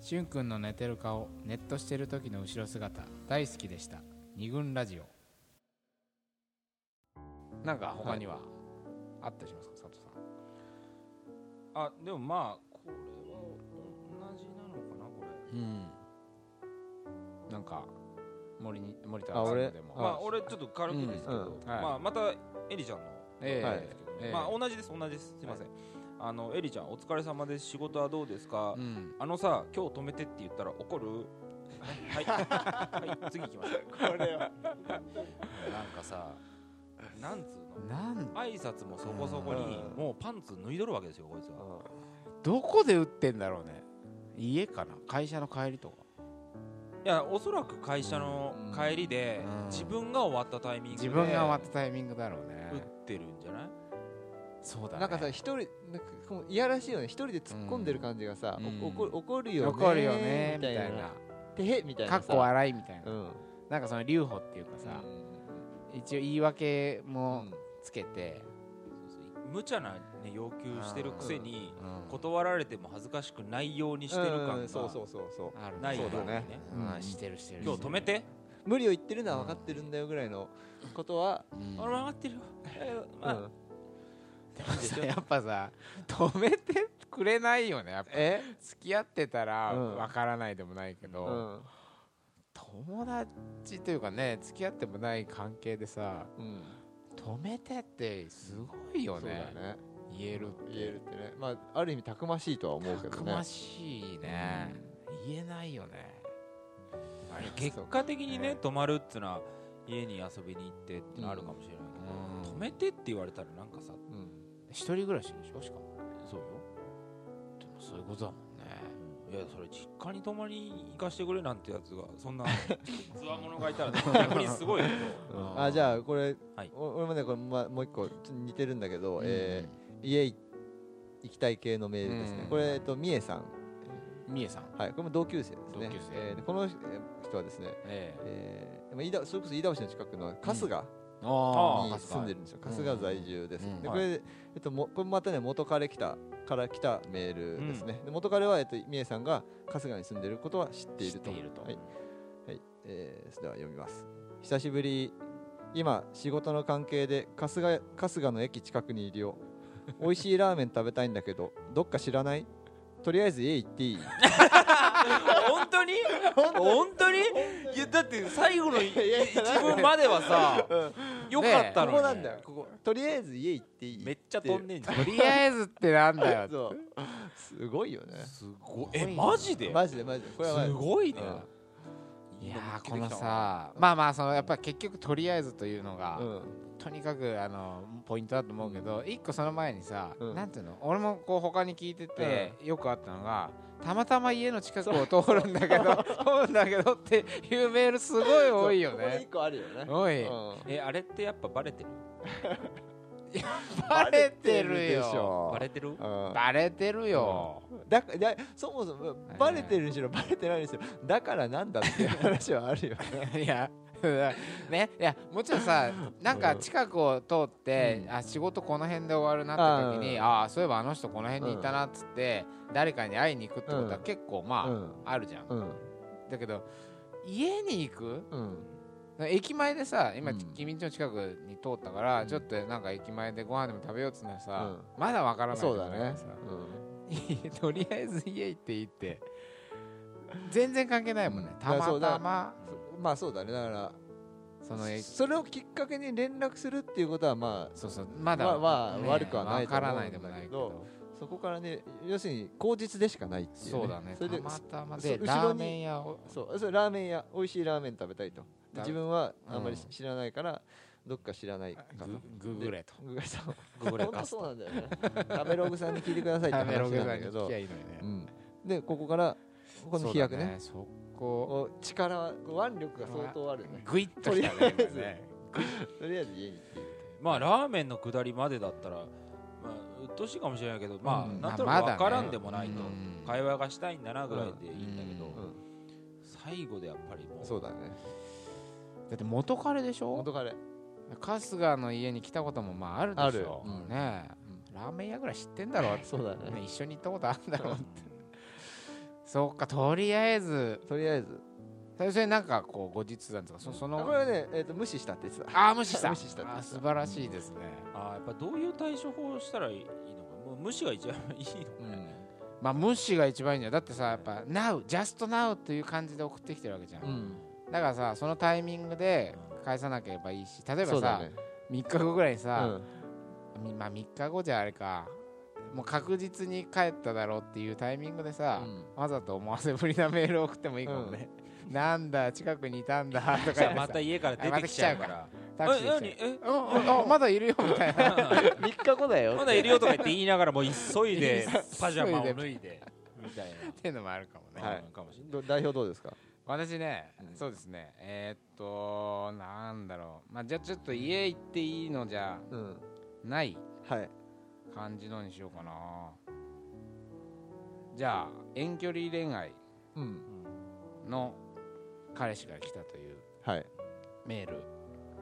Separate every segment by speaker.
Speaker 1: しゅんくんの寝てる顔ネットしてる時の後ろ姿大好きでした二軍ラジオなんか他にはあったりしますか佐藤さん
Speaker 2: あでもまあこれは同じなのかなこれ
Speaker 3: うん
Speaker 1: なんか森に森田
Speaker 3: あ
Speaker 1: さん
Speaker 3: 俺
Speaker 1: のでも
Speaker 2: まあ俺ちょっと軽くですけ
Speaker 3: うん
Speaker 2: ど
Speaker 3: うん
Speaker 1: はい
Speaker 2: まあまたエリちゃんの
Speaker 1: ええ
Speaker 3: はい
Speaker 1: ですけどね
Speaker 2: まあ同じです同じですすいませんあのエリちゃんお疲れ様です仕事はどうですか
Speaker 3: うん
Speaker 2: あのさ今日止めてって言ったら怒るはい、はい、次行きましょ
Speaker 3: これは
Speaker 2: うなんかさなんつうの
Speaker 1: なん
Speaker 2: 挨拶もそこそこに
Speaker 3: うん
Speaker 2: もうパンツ脱いどるわけですよこいつは
Speaker 1: どこで打ってんだろうね家かな会社の帰りとか
Speaker 2: いやおそらく会社の帰りで
Speaker 1: うん
Speaker 2: 自分が終わったタイミング
Speaker 1: 自
Speaker 2: で
Speaker 1: 分が終わったタイミングだろうね
Speaker 2: 打ってるんじゃない
Speaker 1: そうだね
Speaker 3: なんかさ一人なんかこういやらしいよね一人で突っ込んでる感じがさ、
Speaker 1: うん
Speaker 3: お怒る怒るよね
Speaker 1: 怒るよねみ
Speaker 3: みた
Speaker 1: た
Speaker 3: い
Speaker 1: い
Speaker 3: な
Speaker 1: な
Speaker 3: てへみたいな
Speaker 1: か
Speaker 3: さ
Speaker 1: っこ笑いみたいな
Speaker 3: うん
Speaker 1: なんかその留保っていうかさ一応言い訳もつけて
Speaker 2: 無茶な、ね、要求してるくせに
Speaker 1: うん
Speaker 2: 断られても恥ずかしくないようにしてる
Speaker 3: う
Speaker 2: 感
Speaker 3: んそうそ
Speaker 2: が
Speaker 3: うそうそう
Speaker 1: ある
Speaker 2: ないように
Speaker 3: そうだ
Speaker 2: ね
Speaker 3: ね
Speaker 1: うん
Speaker 3: うん
Speaker 1: してるしてる
Speaker 2: 今日止めて
Speaker 3: 無理を言ってるのは分かってるんだよぐらいのことは、
Speaker 1: うん
Speaker 2: 俺分かってるよえーまあ
Speaker 3: うん
Speaker 1: でも さ やっぱさ止めてくれないよねやっぱ
Speaker 3: え、
Speaker 1: 付き合ってたら
Speaker 3: うん
Speaker 1: わからないでもないけ
Speaker 3: う
Speaker 1: ど
Speaker 3: ん
Speaker 1: 友達というかね付き合ってもない関係でさ
Speaker 3: うん、
Speaker 1: 止めてってすごい
Speaker 3: そ
Speaker 1: よ
Speaker 3: うだ
Speaker 1: ね
Speaker 3: ね
Speaker 1: 言える
Speaker 3: 言えるってねまあある意味たくましいとは思うけ
Speaker 1: た
Speaker 3: ど
Speaker 1: く
Speaker 3: ね
Speaker 1: ましいね言えないよね
Speaker 2: あれ結果的にね泊まるっつうのは家に遊びに行ってってのあるかもしれないけ
Speaker 1: う
Speaker 2: ど
Speaker 1: ん
Speaker 2: 止めてって言われたらなんかさ
Speaker 3: うん
Speaker 1: 一人暮らしでしょしかも
Speaker 2: そうよ
Speaker 1: でもそういうことだもんね
Speaker 2: いやそれ実家に泊まりに行かしてくれなんてやつがそ んなつわものがいたら逆にすごいけど
Speaker 3: うん
Speaker 1: あー
Speaker 3: あじゃあこれ、
Speaker 2: はい
Speaker 3: お俺もねこれ、ま、もう一個ちょっと似てるんだけど、えー家い行きたい系のメールですね、
Speaker 1: うん
Speaker 3: これ、えっと、みえさん、
Speaker 1: みえさん
Speaker 3: はい、これも同級生ですね
Speaker 1: 同級生
Speaker 3: えーでこのえー人はですね、
Speaker 1: ええ
Speaker 3: えーまあ飯田それこそ飯田橋の近くの春日
Speaker 1: あ
Speaker 3: に
Speaker 1: あ
Speaker 3: 住んでるんですよ、春日在住です、
Speaker 1: うん
Speaker 3: で
Speaker 2: は
Speaker 3: こ
Speaker 2: い
Speaker 3: れ,、えっと、もこれまたね元彼来たから来たメールですね、で元彼は、えっと、みえさんが春日に住んでることは知っている
Speaker 1: 知
Speaker 3: と
Speaker 1: っていると
Speaker 3: はいはいえーそれでは読みます久しぶり今仕事の関係で春日春日の駅近くにいるよ美味しいラーメン食べたいんだけどどっか知らないとりあえず家行っていい
Speaker 2: 本当に本当にいやだって最後のい
Speaker 3: やいや
Speaker 2: 一文まではさよかった
Speaker 3: こ
Speaker 2: の
Speaker 3: こ
Speaker 2: に
Speaker 3: なんだよこことりあえず家行っていい
Speaker 2: めっちゃ飛んでんじゃん
Speaker 1: とりあえずってなんだよ
Speaker 3: そうすごいよね
Speaker 2: すごいえマジで
Speaker 3: マジでマジでこれはマジ
Speaker 2: す
Speaker 3: で
Speaker 2: ごいね
Speaker 3: うん
Speaker 1: いやー
Speaker 2: い
Speaker 1: こ
Speaker 2: いの見
Speaker 1: の
Speaker 2: つけてきたわ
Speaker 1: さまあまあそのやっぱ結局とりあえずというのが、
Speaker 3: うん
Speaker 1: とにかくあのポイントだと思うけど一個その前にさ、
Speaker 3: うん
Speaker 1: なんていうの俺もこう他に聞いてて、よくあったのがたまたま家の近くを通るんだけど通るんだけどっていうメールすごい多いよ
Speaker 3: そうここに
Speaker 1: ね
Speaker 3: 一個あるよね
Speaker 1: 多い、
Speaker 3: うん
Speaker 2: えあれってやっぱバレてる
Speaker 1: バレてる
Speaker 3: バレてるでし
Speaker 1: よ
Speaker 3: ょ
Speaker 2: バレてる
Speaker 3: うん
Speaker 1: バレてるよ、
Speaker 3: だかだそもそも
Speaker 1: い
Speaker 3: バレてるにしろバレてないにしろだからなんだっていう話はあるよね
Speaker 1: いやね、いやもちろんさなんか近くを通って、あ仕事この辺で終わるなって時に、
Speaker 3: うん
Speaker 1: ああそういえばあの人この辺にいたなっつって、誰かに会いに行くってことは
Speaker 3: うん
Speaker 1: 結構まあ、
Speaker 3: うん
Speaker 1: あるじゃん
Speaker 3: うん
Speaker 1: だけど家に行く
Speaker 3: うん
Speaker 1: 駅前でさ今、
Speaker 3: うん
Speaker 1: 君んちの近くに通ったから、
Speaker 3: うん
Speaker 1: ちょっとなんか駅前でご飯でも食べようっつったらさ、
Speaker 3: う
Speaker 1: まだわからない
Speaker 3: そうだ
Speaker 1: から
Speaker 3: ね
Speaker 1: さ とりあえず家行っていいって全然関係ないもんね、
Speaker 3: うん
Speaker 1: たまたま
Speaker 3: うんまあそうだねだから
Speaker 1: その駅
Speaker 3: それをきっかけに連絡するっていうことはまあ
Speaker 1: そうそうまだ、
Speaker 3: まあまあ
Speaker 1: ね
Speaker 3: 悪くはない
Speaker 1: わからないでもないけ
Speaker 3: と
Speaker 1: ど
Speaker 3: そこからね要するに口実でしかないっていう、ね、
Speaker 1: そうだね
Speaker 3: それで
Speaker 1: たまたま
Speaker 3: そ
Speaker 1: で
Speaker 3: 後ろに
Speaker 1: ラーメン屋を
Speaker 3: そうそれラーメン屋美味しいラーメン食べたいとで
Speaker 1: だ
Speaker 3: 自分はあんまり
Speaker 1: うん
Speaker 3: 知らないから、どっか知らないかと
Speaker 1: グググれと
Speaker 3: グガさん
Speaker 2: ググレ
Speaker 3: 本
Speaker 2: カ
Speaker 3: 当
Speaker 2: スタ
Speaker 3: そうなんだよね食べログさんに聞いてくださいって
Speaker 1: 食べ
Speaker 3: 話な
Speaker 1: ロ
Speaker 3: ん
Speaker 1: グさ
Speaker 3: だ
Speaker 1: んに
Speaker 3: け
Speaker 1: 聞
Speaker 3: ど
Speaker 1: きゃいいのに
Speaker 3: う
Speaker 1: ね
Speaker 3: ん、でここからここの飛躍
Speaker 1: そう
Speaker 3: ね
Speaker 1: だそこ
Speaker 3: こう力は腕力が相当あるよね
Speaker 1: グイッと
Speaker 3: と
Speaker 1: き
Speaker 3: り
Speaker 1: た
Speaker 3: あ
Speaker 1: ね
Speaker 3: えず
Speaker 1: 今ね
Speaker 3: とりあえず家に行っていい
Speaker 2: まあラーメンの下りまでだったら、まあ、うっとうしいかもしれないけど、ま
Speaker 3: うん
Speaker 2: あなんとなく分からんでもないと、
Speaker 1: うん
Speaker 2: 会話がしたいんだなぐらいでいいんだけど、
Speaker 1: うん
Speaker 3: う
Speaker 2: 最後でやっぱりも
Speaker 3: ん、
Speaker 2: う
Speaker 3: そうだね
Speaker 1: だって元彼でしょ
Speaker 3: 元彼
Speaker 1: 春日の家に来たこともまああるでしょ
Speaker 3: あるうん
Speaker 1: ねえラーメン屋ぐらい知ってんだろう
Speaker 3: そうだね
Speaker 1: ね一緒に行ったことあるんだろう
Speaker 2: うん
Speaker 1: そっかとりあえず
Speaker 3: とりあえず
Speaker 1: 最初になんかこう後日談とかそそ
Speaker 3: あ
Speaker 1: の
Speaker 3: これはね、えー、と無視したって言ってた
Speaker 1: ああ無視した
Speaker 3: 無視した
Speaker 1: あー素晴らしいですね、
Speaker 2: あーやっぱどういう対処法をしたらいいのかもう無視が一番いいのかね、
Speaker 1: まあ無視が一番いいんだよだってさやっぱ「Now」「Just Now」という感じで送ってきてるわけじゃん、
Speaker 3: うん
Speaker 1: だからさそのタイミングで返さなければいいし例えば
Speaker 3: そうだ
Speaker 1: さ、
Speaker 3: ね
Speaker 1: 3日後ぐらいに
Speaker 3: う
Speaker 1: さ、
Speaker 3: ん
Speaker 1: みまあ3日後じゃあれかもう確実に帰っただろうっていうタイミングでさ、
Speaker 3: うん
Speaker 1: わざと思わせぶりなメールを送ってもいいかもね、なんだ近くにい たんだとか言っ
Speaker 2: そ
Speaker 1: て
Speaker 2: したら
Speaker 1: さ
Speaker 2: また家から出てきちゃうから
Speaker 1: タクシー
Speaker 2: え何
Speaker 1: 来て
Speaker 2: え
Speaker 1: うんうんあまだいるよみたいな
Speaker 4: 3日後だ よ
Speaker 2: まだいるよとか言って言いながらもう急いでパジャマを
Speaker 1: 脱
Speaker 2: 脱いでみたい
Speaker 1: っていうのもあるかもね、
Speaker 2: な、
Speaker 3: はい
Speaker 2: かもしれない
Speaker 3: ど代表どうですか
Speaker 1: 私ね、
Speaker 3: うん
Speaker 1: そうですねえー、っとなんだろうまあじゃあちょっと家行っていいのじゃ
Speaker 3: うん
Speaker 1: ない
Speaker 3: はい
Speaker 1: 感じのにしようかなじゃあ遠距離恋愛
Speaker 3: うん
Speaker 1: の彼氏が来たという
Speaker 3: はい
Speaker 1: メール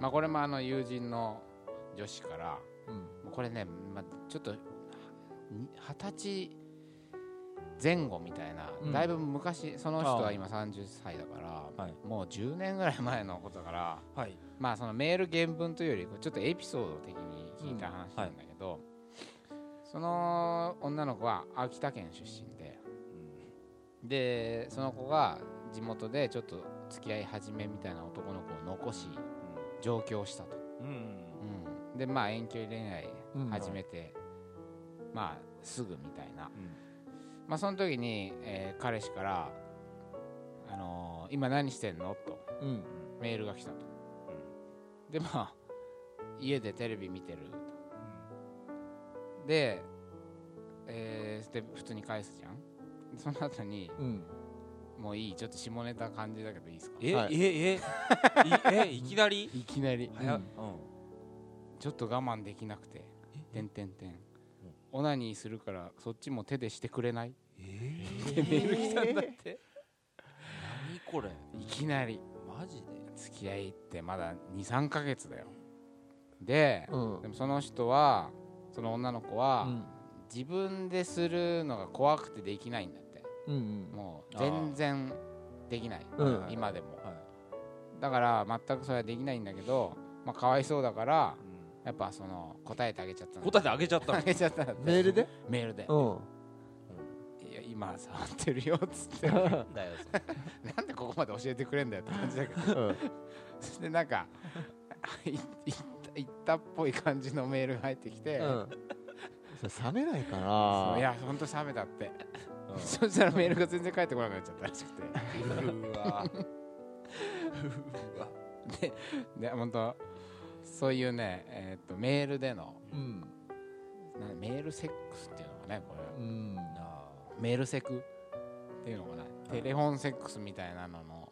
Speaker 1: まあこれもあの友人の女子から
Speaker 3: うん
Speaker 1: これね、まあ、ちょっとは二十歳前後みたいな、
Speaker 3: うん
Speaker 1: だいぶ昔その人
Speaker 2: あ
Speaker 1: は
Speaker 2: あ
Speaker 1: 今30歳だから、
Speaker 2: はい
Speaker 1: もう10年ぐらい前のことだから
Speaker 2: はい
Speaker 1: まあそのメール原文というよりちょっとエピソード的に聞いた話なんだけど、その女の子は秋田県出身ででその子が地元でちょっと付き合い始めみたいな男の子を残し上京したと、
Speaker 2: うん、
Speaker 1: うんでまあ遠距離恋愛
Speaker 3: うん
Speaker 1: 始めて、まあすぐみたいな、
Speaker 2: うん
Speaker 1: まあその時に、えー彼氏から「あのー今何してんの?」と
Speaker 3: うん
Speaker 1: メールが来たと、でまあ 家でテレビ見てるとで,、えーで普通に返すじゃんその後に
Speaker 3: うん
Speaker 1: 「もういいちょっと下ネタ感じだけどいいですか?」
Speaker 2: え、
Speaker 3: はい
Speaker 2: えええいえいきなり
Speaker 1: いきなり
Speaker 2: 早っ
Speaker 3: うん
Speaker 1: ちょっと我慢できなくて「てんてんてん」オナニーするからそっちも手でしてくれない
Speaker 2: え
Speaker 1: ってメール来たんだっ
Speaker 2: え
Speaker 1: て、
Speaker 2: 何これ
Speaker 1: いきなり
Speaker 2: マジで
Speaker 1: 付き合いってまだ23ヶ月だよで、
Speaker 3: うん
Speaker 1: でもその人はその女の子は、
Speaker 3: うん
Speaker 1: 自分でするのが怖くてできないんだって
Speaker 3: うん
Speaker 1: もう全然できない、
Speaker 3: うん
Speaker 1: 今でも、
Speaker 2: はい
Speaker 1: だから全くそれはできないんだけど、まあ、かわいそうだから
Speaker 2: う
Speaker 1: やっぱその答えてあげちゃった
Speaker 2: ん
Speaker 1: の
Speaker 2: 答えてあげちゃった
Speaker 1: あ
Speaker 2: の
Speaker 1: げちゃったの
Speaker 3: メールで
Speaker 1: メールで
Speaker 3: う
Speaker 1: 「
Speaker 3: ん
Speaker 1: いや今触ってるよ」っつ って
Speaker 2: なんだよそれ
Speaker 1: なんでここまで教えてくれんだよって感じだけど
Speaker 3: うん
Speaker 1: そしてなんか いいったいったっぽい感じのメールが入ってきて、
Speaker 3: うんそれ冷めないか
Speaker 1: そう
Speaker 3: ない
Speaker 1: やほんと冷めたって、 そしたらメールが全然返ってこなくなっちゃったらしく
Speaker 2: うわ
Speaker 1: てでほんとそういうね、えーっとメールでの
Speaker 3: うん
Speaker 1: なメールセックスっていうのがねこれ
Speaker 3: うん
Speaker 2: あ
Speaker 1: メールセクっていうのかな、テレフォンセックスみたいなのの、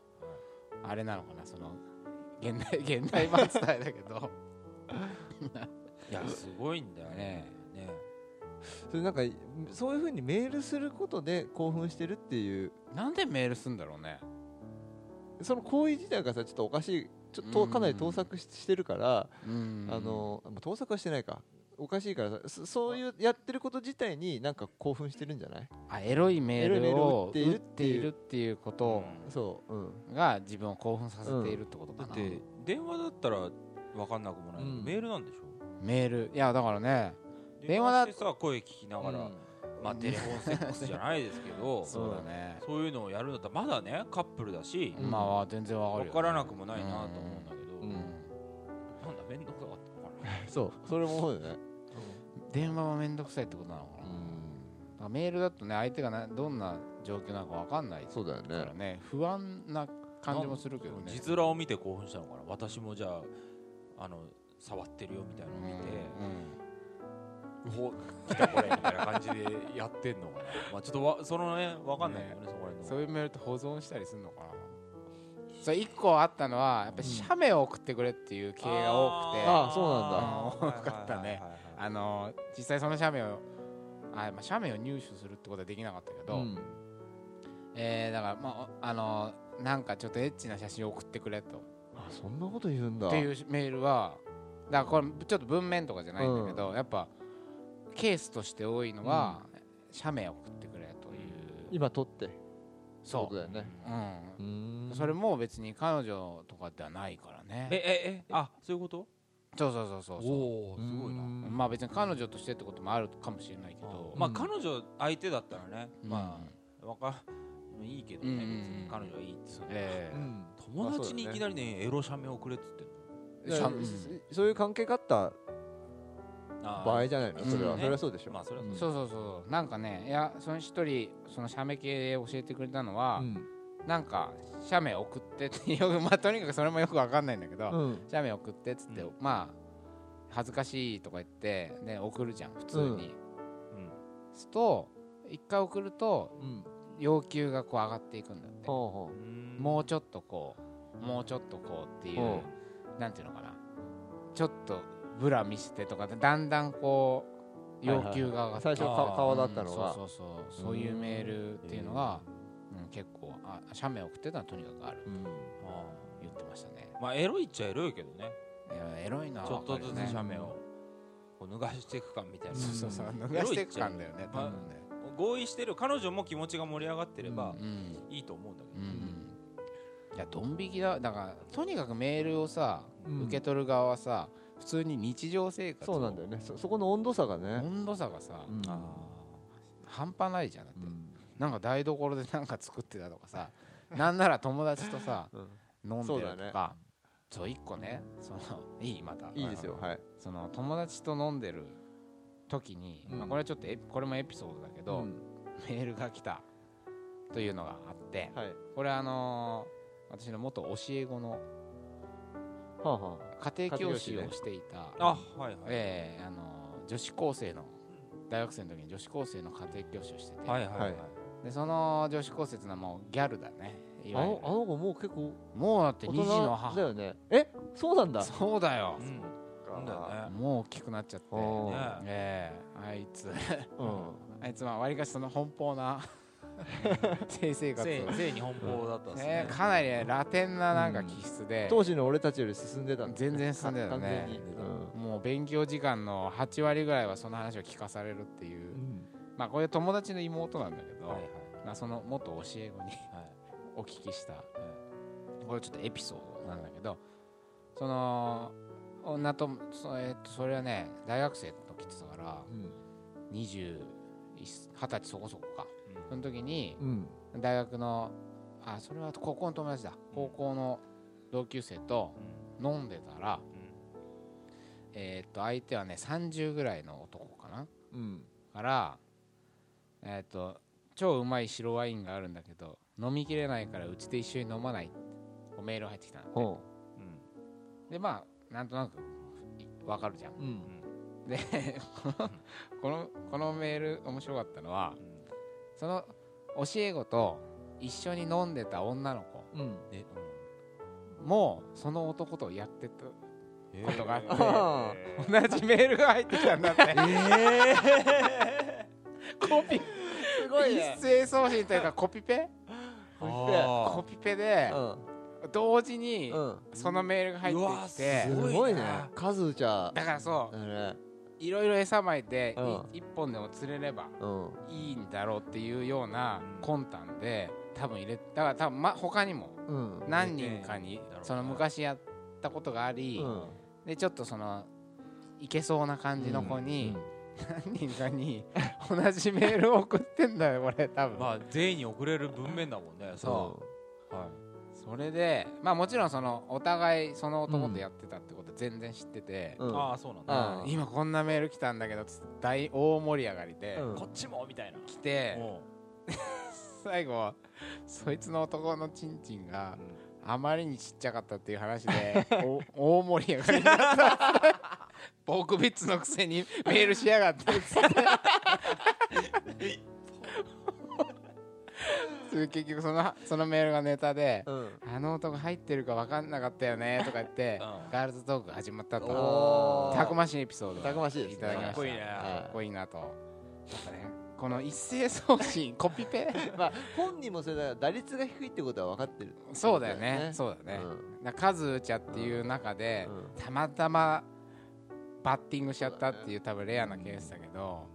Speaker 1: あれなのかなその現代 現代版伝えだけ ど
Speaker 2: いやすごいんだよね
Speaker 1: ね
Speaker 2: ね
Speaker 3: それなんかそういうふうにメールすることで興奮してるっていう
Speaker 1: なんでメールすんだろうね
Speaker 3: その行為自体がさちょっとおかしいちょっとかなり盗作ししてるから、
Speaker 1: うん
Speaker 3: あのまあ盗作はしてないかおかしいからさそそういうやってること自体になんか興奮してるんじゃない
Speaker 1: あエロいメー
Speaker 3: エロいメー
Speaker 1: ル
Speaker 3: ル
Speaker 1: を
Speaker 3: を
Speaker 1: 打
Speaker 3: 打
Speaker 1: っ
Speaker 3: ってて
Speaker 1: い
Speaker 3: い
Speaker 1: る
Speaker 3: る
Speaker 1: っていうこと
Speaker 3: そううん
Speaker 1: が自分を興奮させているってことか
Speaker 2: だっ
Speaker 1: な、
Speaker 2: て電話だったら分かんなくもないけど、
Speaker 3: うん
Speaker 2: メールなんでしょ
Speaker 1: メールいやだからね電話だ
Speaker 2: してさ声聞きながら、
Speaker 3: うん
Speaker 2: まあテレフォンセックスじゃないですけどそ
Speaker 1: そうだね
Speaker 2: う、いうのをやるんだったらまだねカップルだし、
Speaker 3: うん
Speaker 1: まあ全然わかる
Speaker 2: 分
Speaker 1: よ
Speaker 2: からなくもないなと思うんだけど、
Speaker 3: うん
Speaker 2: なんだ面倒くさかったのかな
Speaker 3: そうそれも思うよね
Speaker 1: 電話はめんどくさいってことなのかな、だからメールだとね相手がなどんな状況なのかわかんない
Speaker 3: そうだよ
Speaker 1: から
Speaker 3: ね
Speaker 1: ね不安な感じもするけどね
Speaker 2: 実話を見て興奮したのかな私もじゃああの触ってるよみたいなのを見て、うほ来たこれみたいな感じでやってんのかな まあちょっとわそのね分かんないよねそこら
Speaker 1: う
Speaker 2: 辺
Speaker 1: ん、
Speaker 2: の
Speaker 1: そういうメールって保存したりするのかなそう一個あったのはやっぱり写メを送ってくれっていう系が多くて
Speaker 3: あーあそうなんだ
Speaker 1: うん多かったねあの実際その写メをあ、まあ、写メを入手するってことはできなかったけど、
Speaker 3: うん
Speaker 1: えーだから、まあ、あのなんかちょっとエッチな写真を送ってくれと
Speaker 3: あそんなこと言うんだ
Speaker 1: っていうメールはだからこれちょっと文面とかじゃないんだけど、やっぱケースとして多いのは、写メを送ってくれという
Speaker 3: 今撮ってってことだよね
Speaker 1: う
Speaker 3: うー
Speaker 1: ん
Speaker 3: ん
Speaker 1: それも別に彼女とかではないから
Speaker 2: え
Speaker 1: ね
Speaker 2: ええあそういうこと
Speaker 1: そうそうそうそうそ
Speaker 2: おおすごいな
Speaker 1: うまあ別に彼女としてってこともあるかもしれないけど
Speaker 2: まあ
Speaker 3: うん
Speaker 2: 彼女相手だったらね
Speaker 1: うん
Speaker 2: まあわかいいけどね別
Speaker 1: うん
Speaker 2: に彼女はいいっつうの
Speaker 1: え
Speaker 3: う
Speaker 1: え
Speaker 3: ん
Speaker 2: 友達にいきなりねエロ写メ送れっつってんの
Speaker 3: だから
Speaker 1: うん
Speaker 3: そういう関係があった
Speaker 2: あー
Speaker 3: 場合じゃないのそれ
Speaker 1: う
Speaker 3: は
Speaker 1: ん
Speaker 3: それはそうでしょ
Speaker 2: まあそれは
Speaker 3: うん
Speaker 1: そうそうそうなんかねいやその一人その写メ系教えてくれたのは、
Speaker 3: うん
Speaker 1: なんか写メ送ってってよ くまあとにかくそれもよくわかんないんだけど、
Speaker 3: うん
Speaker 1: 写メ送ってっつって、
Speaker 2: うん
Speaker 1: まあ恥ずかしいとか言ってね送るじゃん普通に、
Speaker 2: うん
Speaker 1: すと一回送ると
Speaker 3: うん
Speaker 1: 要求がこう上がっていくんだって、
Speaker 3: ほうほ
Speaker 2: うん
Speaker 1: もうちょっとこうもうちょっとこうっていう、
Speaker 3: うん
Speaker 1: なんていうのかなちょっとブラ見せてとかでだんだんこう要求が上がって
Speaker 3: 最初
Speaker 2: あ
Speaker 3: か
Speaker 2: ー
Speaker 3: 顔だったの
Speaker 1: うん
Speaker 3: が
Speaker 1: そうそうそうそういうメールっていうのが、うん、結構あ写メ送ってたのはとにかくある
Speaker 3: うん
Speaker 2: あ
Speaker 1: 言ってましたね
Speaker 2: ーまあエロいっちゃエロいけどね
Speaker 1: いやエロいな
Speaker 2: ちょっとず
Speaker 1: わかる
Speaker 2: つ
Speaker 1: よ
Speaker 2: 写
Speaker 1: ね
Speaker 2: メをこう脱がしていく感みたいな
Speaker 1: そうそうそう
Speaker 2: うん
Speaker 1: 脱がしていく感だよね多
Speaker 2: まあ
Speaker 1: 分ね
Speaker 2: 合意してる彼女も気持ちが盛り上がってれば
Speaker 1: うん
Speaker 2: いいと思うんだけ
Speaker 1: う
Speaker 2: ど
Speaker 1: んいやドン引きだだからとにかくメールをさ
Speaker 3: うん
Speaker 1: 受け取る側はさ普通に日常生活
Speaker 3: そうなんだ
Speaker 1: よ
Speaker 3: よねそそこの温度差がね
Speaker 1: 温度差がさ
Speaker 3: うん
Speaker 2: あ
Speaker 1: 半端ないじゃんだって
Speaker 3: うん
Speaker 1: なんか台所でなんか作ってたとかさなんなら友達とさ
Speaker 3: うん
Speaker 1: 飲んで
Speaker 3: そう
Speaker 1: る
Speaker 3: だ
Speaker 1: と
Speaker 3: ね
Speaker 1: かそう一個ねその いいまた
Speaker 3: いいですよはい
Speaker 1: その友達と飲んでる時に、
Speaker 3: うん
Speaker 1: まあ、これはちょっとエピこれもエピソードだけど、
Speaker 3: うん
Speaker 1: メールが来たというのがあって
Speaker 3: はい
Speaker 1: これはあのー私の元教え子の
Speaker 3: はあは
Speaker 1: 家庭教師
Speaker 3: 家庭教師
Speaker 1: を
Speaker 3: ね
Speaker 1: していた、
Speaker 2: あはいはい
Speaker 1: ええあのー女子高生の大学生の時に女子高生の家庭教師をしてて、
Speaker 2: はいはいはい
Speaker 3: は
Speaker 1: でその女子高生っていうのはもうギャルだねい
Speaker 3: ああ
Speaker 1: わゆ
Speaker 3: の
Speaker 1: る
Speaker 3: あの子もう結構
Speaker 1: もうだって
Speaker 3: 大
Speaker 1: 2児の
Speaker 3: 人だ
Speaker 1: 母
Speaker 3: よねえそうなんだ
Speaker 1: そうだよ
Speaker 2: う、んなんだよね
Speaker 1: もう大きくなっちゃって
Speaker 3: お
Speaker 2: ー
Speaker 1: ええあいつ
Speaker 3: うん
Speaker 1: あいつはわりかしその奔放な性生活を
Speaker 2: 性性に奔放だったっす
Speaker 1: ね
Speaker 2: ね
Speaker 1: かなりねラテンななんか気質で、
Speaker 3: 当時の俺たちより進んでたんだ
Speaker 1: 全然進んでた
Speaker 3: 完全に
Speaker 1: ねもう勉強時間の8割ぐらいはその話を聞かされるっていう、まあこれ友達の妹なんだけど、
Speaker 2: はいはい
Speaker 1: まあ、その元教え子に
Speaker 2: はい
Speaker 1: お聞きした
Speaker 2: はい
Speaker 1: これちょっとエピソードなんだけどその女とそ,、えっとそれはね大学生の時って言ってたから21 20歳そこそこかその時に
Speaker 3: うんうん
Speaker 1: 大学のあそれは高校の友達だ高校の同級生と飲んでたら、えーっと相手はね30ぐらいの男かな
Speaker 3: うん
Speaker 1: からえーっと超うまい白ワインがあるんだけど飲みきれないからうちで一緒に飲まないおメールが入ってきたの
Speaker 3: ほ
Speaker 1: でまあなんとなくわかるじゃん
Speaker 3: ううん
Speaker 1: でこのこのこのメール面白かったのはその教え子と一緒に飲んでた女の子
Speaker 3: うん
Speaker 2: え
Speaker 1: もうその男とやってた
Speaker 2: うん
Speaker 1: ことがあって
Speaker 3: あ
Speaker 1: 同じメールが入ってきたんだってコピ
Speaker 3: す
Speaker 1: 一斉送信というかコピペ
Speaker 2: あー
Speaker 1: コピペで同時に
Speaker 3: うんうん
Speaker 1: そのメールが入ってきて
Speaker 2: うわ
Speaker 3: すごいね数じゃ
Speaker 1: だからそ
Speaker 3: だね
Speaker 1: ういろいろ餌まいて
Speaker 3: うん
Speaker 1: い一本でも釣れれば
Speaker 3: うん
Speaker 1: いいんだろうっていうような
Speaker 2: うん
Speaker 1: 魂胆で多分入れだから多分ま他にも
Speaker 3: うん
Speaker 1: 何人かに
Speaker 2: 入れてんだろうな
Speaker 1: その昔やったことがあり
Speaker 3: うん
Speaker 1: でちょっとそのいけそうな感じの子に何人かに同じメールを送ってんだよこれ多分
Speaker 2: まあ全員に送れる文面だもんねさあはい
Speaker 1: それでまあもちろんそのお互いその男とやってたってこと全然知ってて、
Speaker 3: うん
Speaker 2: ああそうなんだ
Speaker 3: あー
Speaker 1: 今こんなメール来たんだけどつって大大盛り上がりで、
Speaker 3: うん
Speaker 2: こっちもみたいな
Speaker 1: 来て
Speaker 2: も
Speaker 1: 最後そいつの男のチンチン
Speaker 2: う
Speaker 1: が
Speaker 2: ん、
Speaker 1: あまりにちっちゃかったっていう話でお大盛り上がりになったポークビッツのくせにメールしやがってっつってそれ結局そのそのメールがネタで、
Speaker 3: うん
Speaker 1: あの男入ってるか分かんなかったよねとか言って
Speaker 2: うん
Speaker 1: ガールズトークが始まった
Speaker 3: お
Speaker 1: と
Speaker 3: ー
Speaker 1: たくましいエピソード
Speaker 3: たくましいですね
Speaker 1: ただきました
Speaker 2: かっこいいね
Speaker 1: かっこいいなとやっぱねこの一斉送信コピペ
Speaker 3: まあ本人もそれだから打率が低いってことは分かってる
Speaker 1: そうだよね
Speaker 3: そ
Speaker 1: そうだよね、
Speaker 3: うん
Speaker 1: だから数打ちゃっていう中で、
Speaker 3: うん
Speaker 1: たまたまバッティングしちゃったっていう多分レアなケースだけど、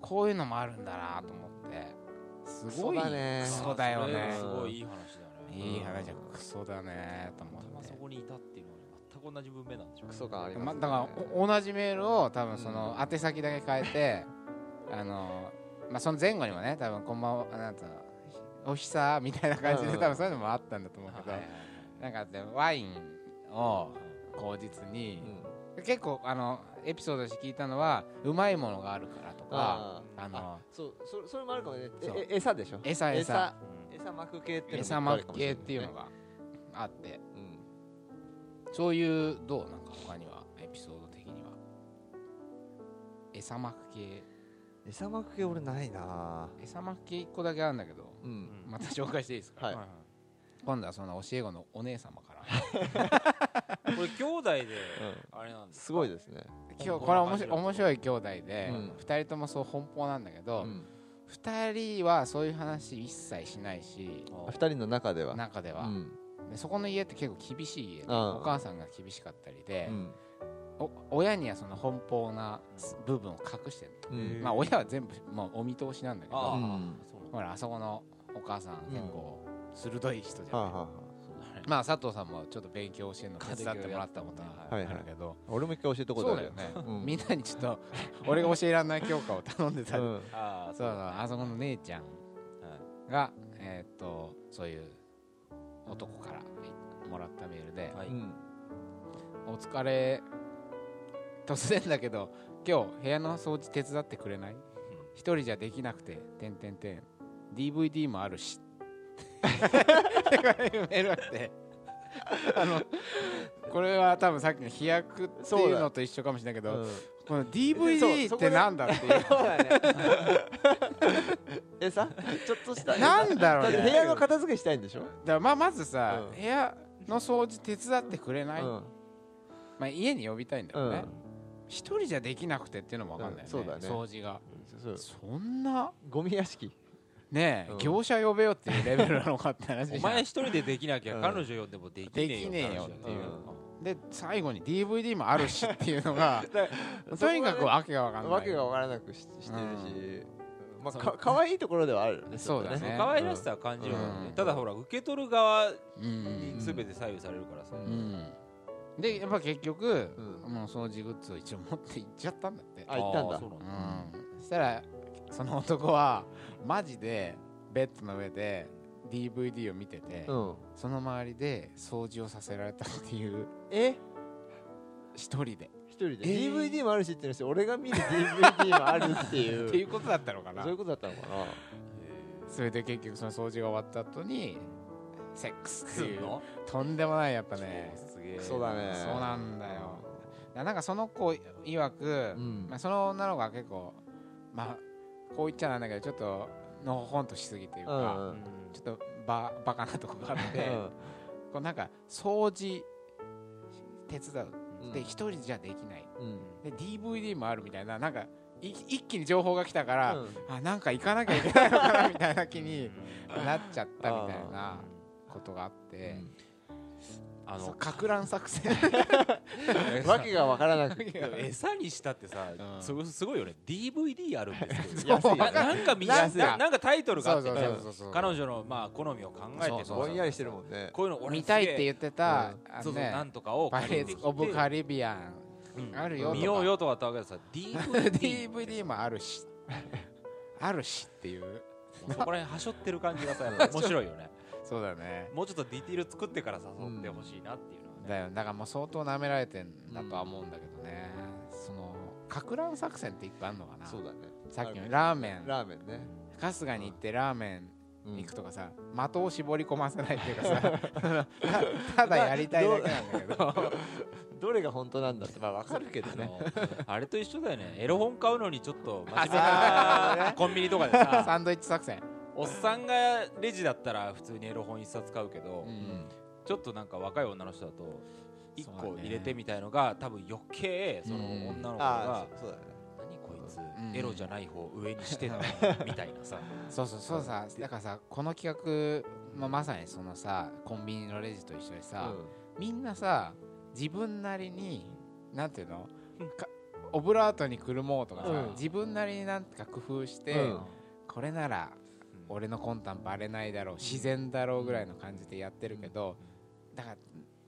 Speaker 1: こういうのもあるんだなと思ってすごい
Speaker 3: クソだね
Speaker 1: クソだよ
Speaker 2: あ
Speaker 1: ね
Speaker 2: それすごいいい話だね
Speaker 1: いい話だクソだねと思
Speaker 2: たま
Speaker 1: っ
Speaker 2: そ
Speaker 1: て
Speaker 2: こにいたっていうのはね全く同じ文明なんでしょ
Speaker 3: クソ感ありま、
Speaker 1: ますだ
Speaker 3: ね
Speaker 1: からお同じメールを多分その宛先だけ変 えてあのまあその前後にもね多分こんばんはあなんつうのおひさみたいな感じ
Speaker 3: うんう
Speaker 1: で
Speaker 3: ん
Speaker 1: 多分そういうのもあったんだと思うけど
Speaker 2: はいはいはい
Speaker 1: なんかでワインを口実に結構あのエピソードとして聞いたのはうまいものがあるからと
Speaker 3: う
Speaker 1: か
Speaker 3: ん、あ
Speaker 1: あの
Speaker 2: あ
Speaker 3: そうそそれもあるかもねえ
Speaker 1: そう
Speaker 3: え餌でしょ
Speaker 1: 餌餌
Speaker 2: うん
Speaker 3: 餌巻く系っていうの
Speaker 1: 餌
Speaker 3: もあ
Speaker 1: ま
Speaker 3: るかもし
Speaker 1: 系
Speaker 3: れ
Speaker 1: っ
Speaker 3: な
Speaker 1: ていうの
Speaker 3: ね
Speaker 1: があってそういうどうなんか他にはエピソード的には餌まく系
Speaker 3: うん、餌巻く系俺ないな
Speaker 1: 餌まく系1個だけあるんだけど
Speaker 3: うん、
Speaker 2: うん
Speaker 1: また紹介していいですか、
Speaker 3: はい
Speaker 2: はいはい
Speaker 1: 今度はその教え子のお姉様から
Speaker 2: これ兄弟で
Speaker 3: う
Speaker 2: あれなんです
Speaker 3: すごいですね、
Speaker 1: 今日これ面白い面白い兄弟で、
Speaker 3: う
Speaker 1: 二
Speaker 3: ん
Speaker 1: 2人ともそう奔放なんだけ
Speaker 3: う
Speaker 1: ど、
Speaker 3: ん、
Speaker 1: 二2人はそういう話一切しないし
Speaker 2: あ
Speaker 3: 2人の中では
Speaker 1: 中では、
Speaker 3: うん
Speaker 1: でそこの家って結構厳しい家で
Speaker 3: ああ
Speaker 1: お母さんが厳しかったりで
Speaker 3: う、ん
Speaker 1: お親にはその奔放な部分を隠してる、
Speaker 3: うん
Speaker 2: へえ
Speaker 1: まあ親は全部、まあ、お見通しなんだけど
Speaker 2: ああ、
Speaker 3: うん
Speaker 2: そうなんだ
Speaker 1: ほらあそこのお母さん結構鋭い人じゃ
Speaker 3: は
Speaker 1: ない、
Speaker 3: あ、はあはあ、
Speaker 2: そうだね
Speaker 1: まあ佐藤さんもちょっと勉強教えるの手伝ってもらったことが
Speaker 3: はい
Speaker 1: あるけど、
Speaker 3: 俺も一回教えてこ
Speaker 1: そう
Speaker 3: とあ
Speaker 1: だ
Speaker 3: る
Speaker 1: よね、
Speaker 3: う ん
Speaker 1: みんなにちょっと俺が教えられない教科を頼んでた、
Speaker 3: うん
Speaker 2: ああ
Speaker 1: そうそう
Speaker 2: だね
Speaker 1: あそこの姉ちゃん
Speaker 2: はい
Speaker 1: がえーっとそういう男からもらったメールで
Speaker 2: はい
Speaker 3: うん
Speaker 1: 「お疲れ突然だけど今日部屋の掃除手伝ってくれない一人じゃできなくててんてんてん DVD もある し」っていうメールがあってあのこれは多分さっきの飛躍っていうのと一緒かもしれないけど、
Speaker 3: うん
Speaker 1: この
Speaker 3: そう
Speaker 1: DVD
Speaker 3: そ
Speaker 1: っ
Speaker 3: こで
Speaker 1: てなんだっていう
Speaker 3: そうだ ねえさちょっと した
Speaker 1: なんだ
Speaker 3: だ
Speaker 1: ろ
Speaker 3: っ
Speaker 1: う
Speaker 3: て
Speaker 1: ね
Speaker 3: 部屋の片付けしたいんでしょ、
Speaker 1: だからまあまずさ、
Speaker 3: うん
Speaker 1: 部屋の掃除手伝ってくれない、
Speaker 3: うん
Speaker 1: まあ、家に呼びたいんだよ
Speaker 3: う
Speaker 1: ね
Speaker 3: ん
Speaker 1: 一、人じゃできなくてっていうのも分かんないよね,、
Speaker 3: うんそうだね
Speaker 1: 掃除が
Speaker 3: そう
Speaker 1: そんな
Speaker 3: ゴミ屋敷
Speaker 1: ねえ、
Speaker 3: うん
Speaker 1: 業者呼べよっていうレベルなのかって話じゃ
Speaker 2: お
Speaker 1: ん
Speaker 2: 前一人でできなき
Speaker 3: う
Speaker 2: ゃ
Speaker 3: ん
Speaker 2: 彼女呼んでもできねえよ
Speaker 1: できねえよ
Speaker 2: っていう
Speaker 3: うん
Speaker 1: で最後に DVD もあるしっていうの が とにかくわけが分かんない
Speaker 3: わけが分からなくししてるし、まあ
Speaker 2: そ
Speaker 3: かかわいいところではあるよね
Speaker 1: そうだね
Speaker 3: ちょっと
Speaker 2: 可愛らしさは感じるもん
Speaker 1: う
Speaker 2: ね
Speaker 1: ん
Speaker 2: ただほら受け取る側
Speaker 1: うん
Speaker 2: に全て左右されるからさ
Speaker 1: うん、うんでやっぱ結局、
Speaker 3: う
Speaker 1: もう掃除グッズを一応持って行っちゃったんだって
Speaker 3: あ行ったんだ
Speaker 2: あーそうなんだ
Speaker 1: うんそしたらその男はマジでベッドの上で DVD を見てて、
Speaker 3: うん
Speaker 1: その周りで掃除をさせられたっていう
Speaker 3: え
Speaker 1: 一人で
Speaker 3: 一人で、
Speaker 1: えー
Speaker 3: DVD もあるしっていうし俺が見る DVD もある っていう
Speaker 1: っていうことだったのかな
Speaker 3: そういうことだったのかな
Speaker 1: それで結局その掃除が終わった後にセックスって
Speaker 2: す
Speaker 1: い
Speaker 2: ん
Speaker 1: う
Speaker 2: の
Speaker 1: とんでもないやっぱね
Speaker 2: すげえ
Speaker 3: クソだね
Speaker 1: そうなんだよだからなんかその子曰く、
Speaker 3: うん
Speaker 1: まあ、その女の子は結構まあこう言っちゃなんだけどちょっとのほほんとしすぎというか、
Speaker 3: うん
Speaker 1: ちょっとババカなとこがあって、
Speaker 3: うん
Speaker 1: こうなんか掃除手伝う
Speaker 3: うん
Speaker 1: で一人じゃできない
Speaker 3: うん
Speaker 1: で DVD もあるみたいななんかい一気に情報が来たから、
Speaker 3: うん
Speaker 1: あなんか行かなきゃいけないのかなみたいな気になっちゃったみたいなことがあって、
Speaker 2: あ
Speaker 1: そう
Speaker 2: の
Speaker 1: かく乱作戦
Speaker 3: わけが分からなく
Speaker 2: でも 餌にしたってさ
Speaker 1: うん
Speaker 2: すごすごいよね DVD あるんです
Speaker 3: 安いよ
Speaker 2: よ
Speaker 3: ね
Speaker 2: ななんか見
Speaker 1: な
Speaker 2: なん
Speaker 1: か
Speaker 2: なんかタイトルが
Speaker 1: そう
Speaker 2: あって
Speaker 1: そう
Speaker 2: ね
Speaker 1: そうそう
Speaker 2: 彼女のまあ好みを考えて
Speaker 1: そうそう
Speaker 3: ぼんやりしてるもんね
Speaker 2: こういうの俺
Speaker 1: 見たいって
Speaker 2: う
Speaker 1: 言ってた、
Speaker 3: う
Speaker 1: あ
Speaker 2: そ
Speaker 1: の
Speaker 2: うそう
Speaker 1: ね
Speaker 2: なんとかを
Speaker 1: パ
Speaker 2: 借
Speaker 1: レ
Speaker 2: りて
Speaker 1: ー
Speaker 2: き
Speaker 1: ツ・
Speaker 2: て
Speaker 1: オブ・カリビアン
Speaker 2: うん
Speaker 1: あるよとか
Speaker 2: 見ようよとかだったわけでさ DVD
Speaker 1: DVD もあるし あるしっていう
Speaker 2: もうそこら辺はしょってる感 じがさやっぱ面白いよね
Speaker 1: そうだね
Speaker 2: もうちょっとディティール作ってから誘ってほしいなっていうのはね
Speaker 1: だよだからもう相当なめられてんだとは思うんだけどね、そのかく乱作戦って一個あんのかな
Speaker 3: そうだね
Speaker 1: さっきのラーメン
Speaker 3: ラーメンね
Speaker 1: 春日に行ってラーメン
Speaker 3: うん
Speaker 1: 行くとかさ、的を絞り込ませないっていうかさ たただやりたいだけなんだけど
Speaker 3: どれが本当なんだってまあ分かるけど
Speaker 2: あ
Speaker 3: ね
Speaker 2: のあれと一緒だよねエロ本買うのにちょっ と真面目
Speaker 1: あそうだ
Speaker 2: な
Speaker 1: ね
Speaker 2: コンビニとかでさ
Speaker 1: サンドイッチ作戦、
Speaker 2: おっさんがレジだったら普通にエロ本一冊買うけど
Speaker 1: うん
Speaker 2: ちょっとなんか若い女の人だと一
Speaker 1: そう
Speaker 2: 個
Speaker 1: だね
Speaker 2: 入れてみたいのが多分余計その女の子
Speaker 3: あ
Speaker 2: が
Speaker 3: あそうだね
Speaker 2: 何こいつ
Speaker 1: ん
Speaker 2: エロじゃない方上に してたのみたいなさ
Speaker 1: そうそうそうさだからさこの企画、まあ、まさにそのさコンビニのレジと一緒でさ、みんなさ自分なりになんていうのかオブラートにくるもうとかさ、
Speaker 3: うん
Speaker 1: 自分なりになんか工夫して、
Speaker 3: うん
Speaker 1: これなら俺の魂胆バレないだろう自然だろうぐらいの感じでやってるけど、だから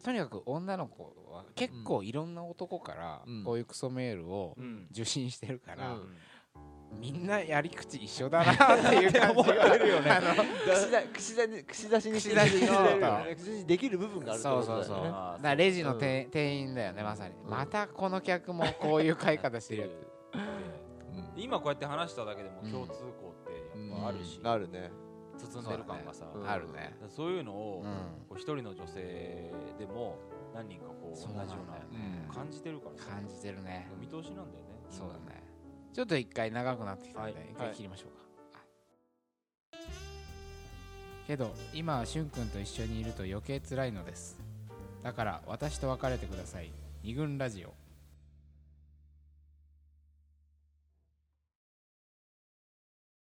Speaker 1: とにかく女の子は結構いろんな男から
Speaker 3: うん
Speaker 1: こういうクソメールを
Speaker 2: うん
Speaker 1: 受信してるから、
Speaker 3: うん
Speaker 1: みんなやり口一緒だなっていう感じがあるよね
Speaker 4: 串だ串だに串出しにして
Speaker 1: 串出しにしてる
Speaker 4: るよね串出しできる部分があるって
Speaker 1: そ
Speaker 4: こ
Speaker 1: うそ
Speaker 4: と
Speaker 1: う
Speaker 4: だ
Speaker 1: そう
Speaker 4: よ
Speaker 1: だ
Speaker 4: ね
Speaker 1: か
Speaker 2: あー
Speaker 1: らレジの店店員だよねまさに、
Speaker 3: うん
Speaker 1: またこの客もこういう買い方してるよ
Speaker 3: うん
Speaker 2: 今こうやって話しただけでも
Speaker 1: うん
Speaker 2: 共通項ってやっぱあるし、
Speaker 3: あるね
Speaker 2: 包んでる感がさ、
Speaker 3: そうだね
Speaker 1: あるね
Speaker 2: だからそういうの
Speaker 1: う
Speaker 2: を
Speaker 1: ん、
Speaker 2: こう一人の女性でも何人かこう同
Speaker 1: そう
Speaker 2: じ
Speaker 1: な
Speaker 2: よ
Speaker 1: んだよ
Speaker 2: うな
Speaker 1: ね、
Speaker 2: 感じてるからさ
Speaker 1: 感じてるね、
Speaker 2: 見通しなんだよね
Speaker 1: そうだねちょっと一回長くなってきたので、
Speaker 2: はい
Speaker 1: 一回切りましょうか、けど今はしゅんくんと一緒にいると余計辛いのですだから私と別れてください二軍ラジオ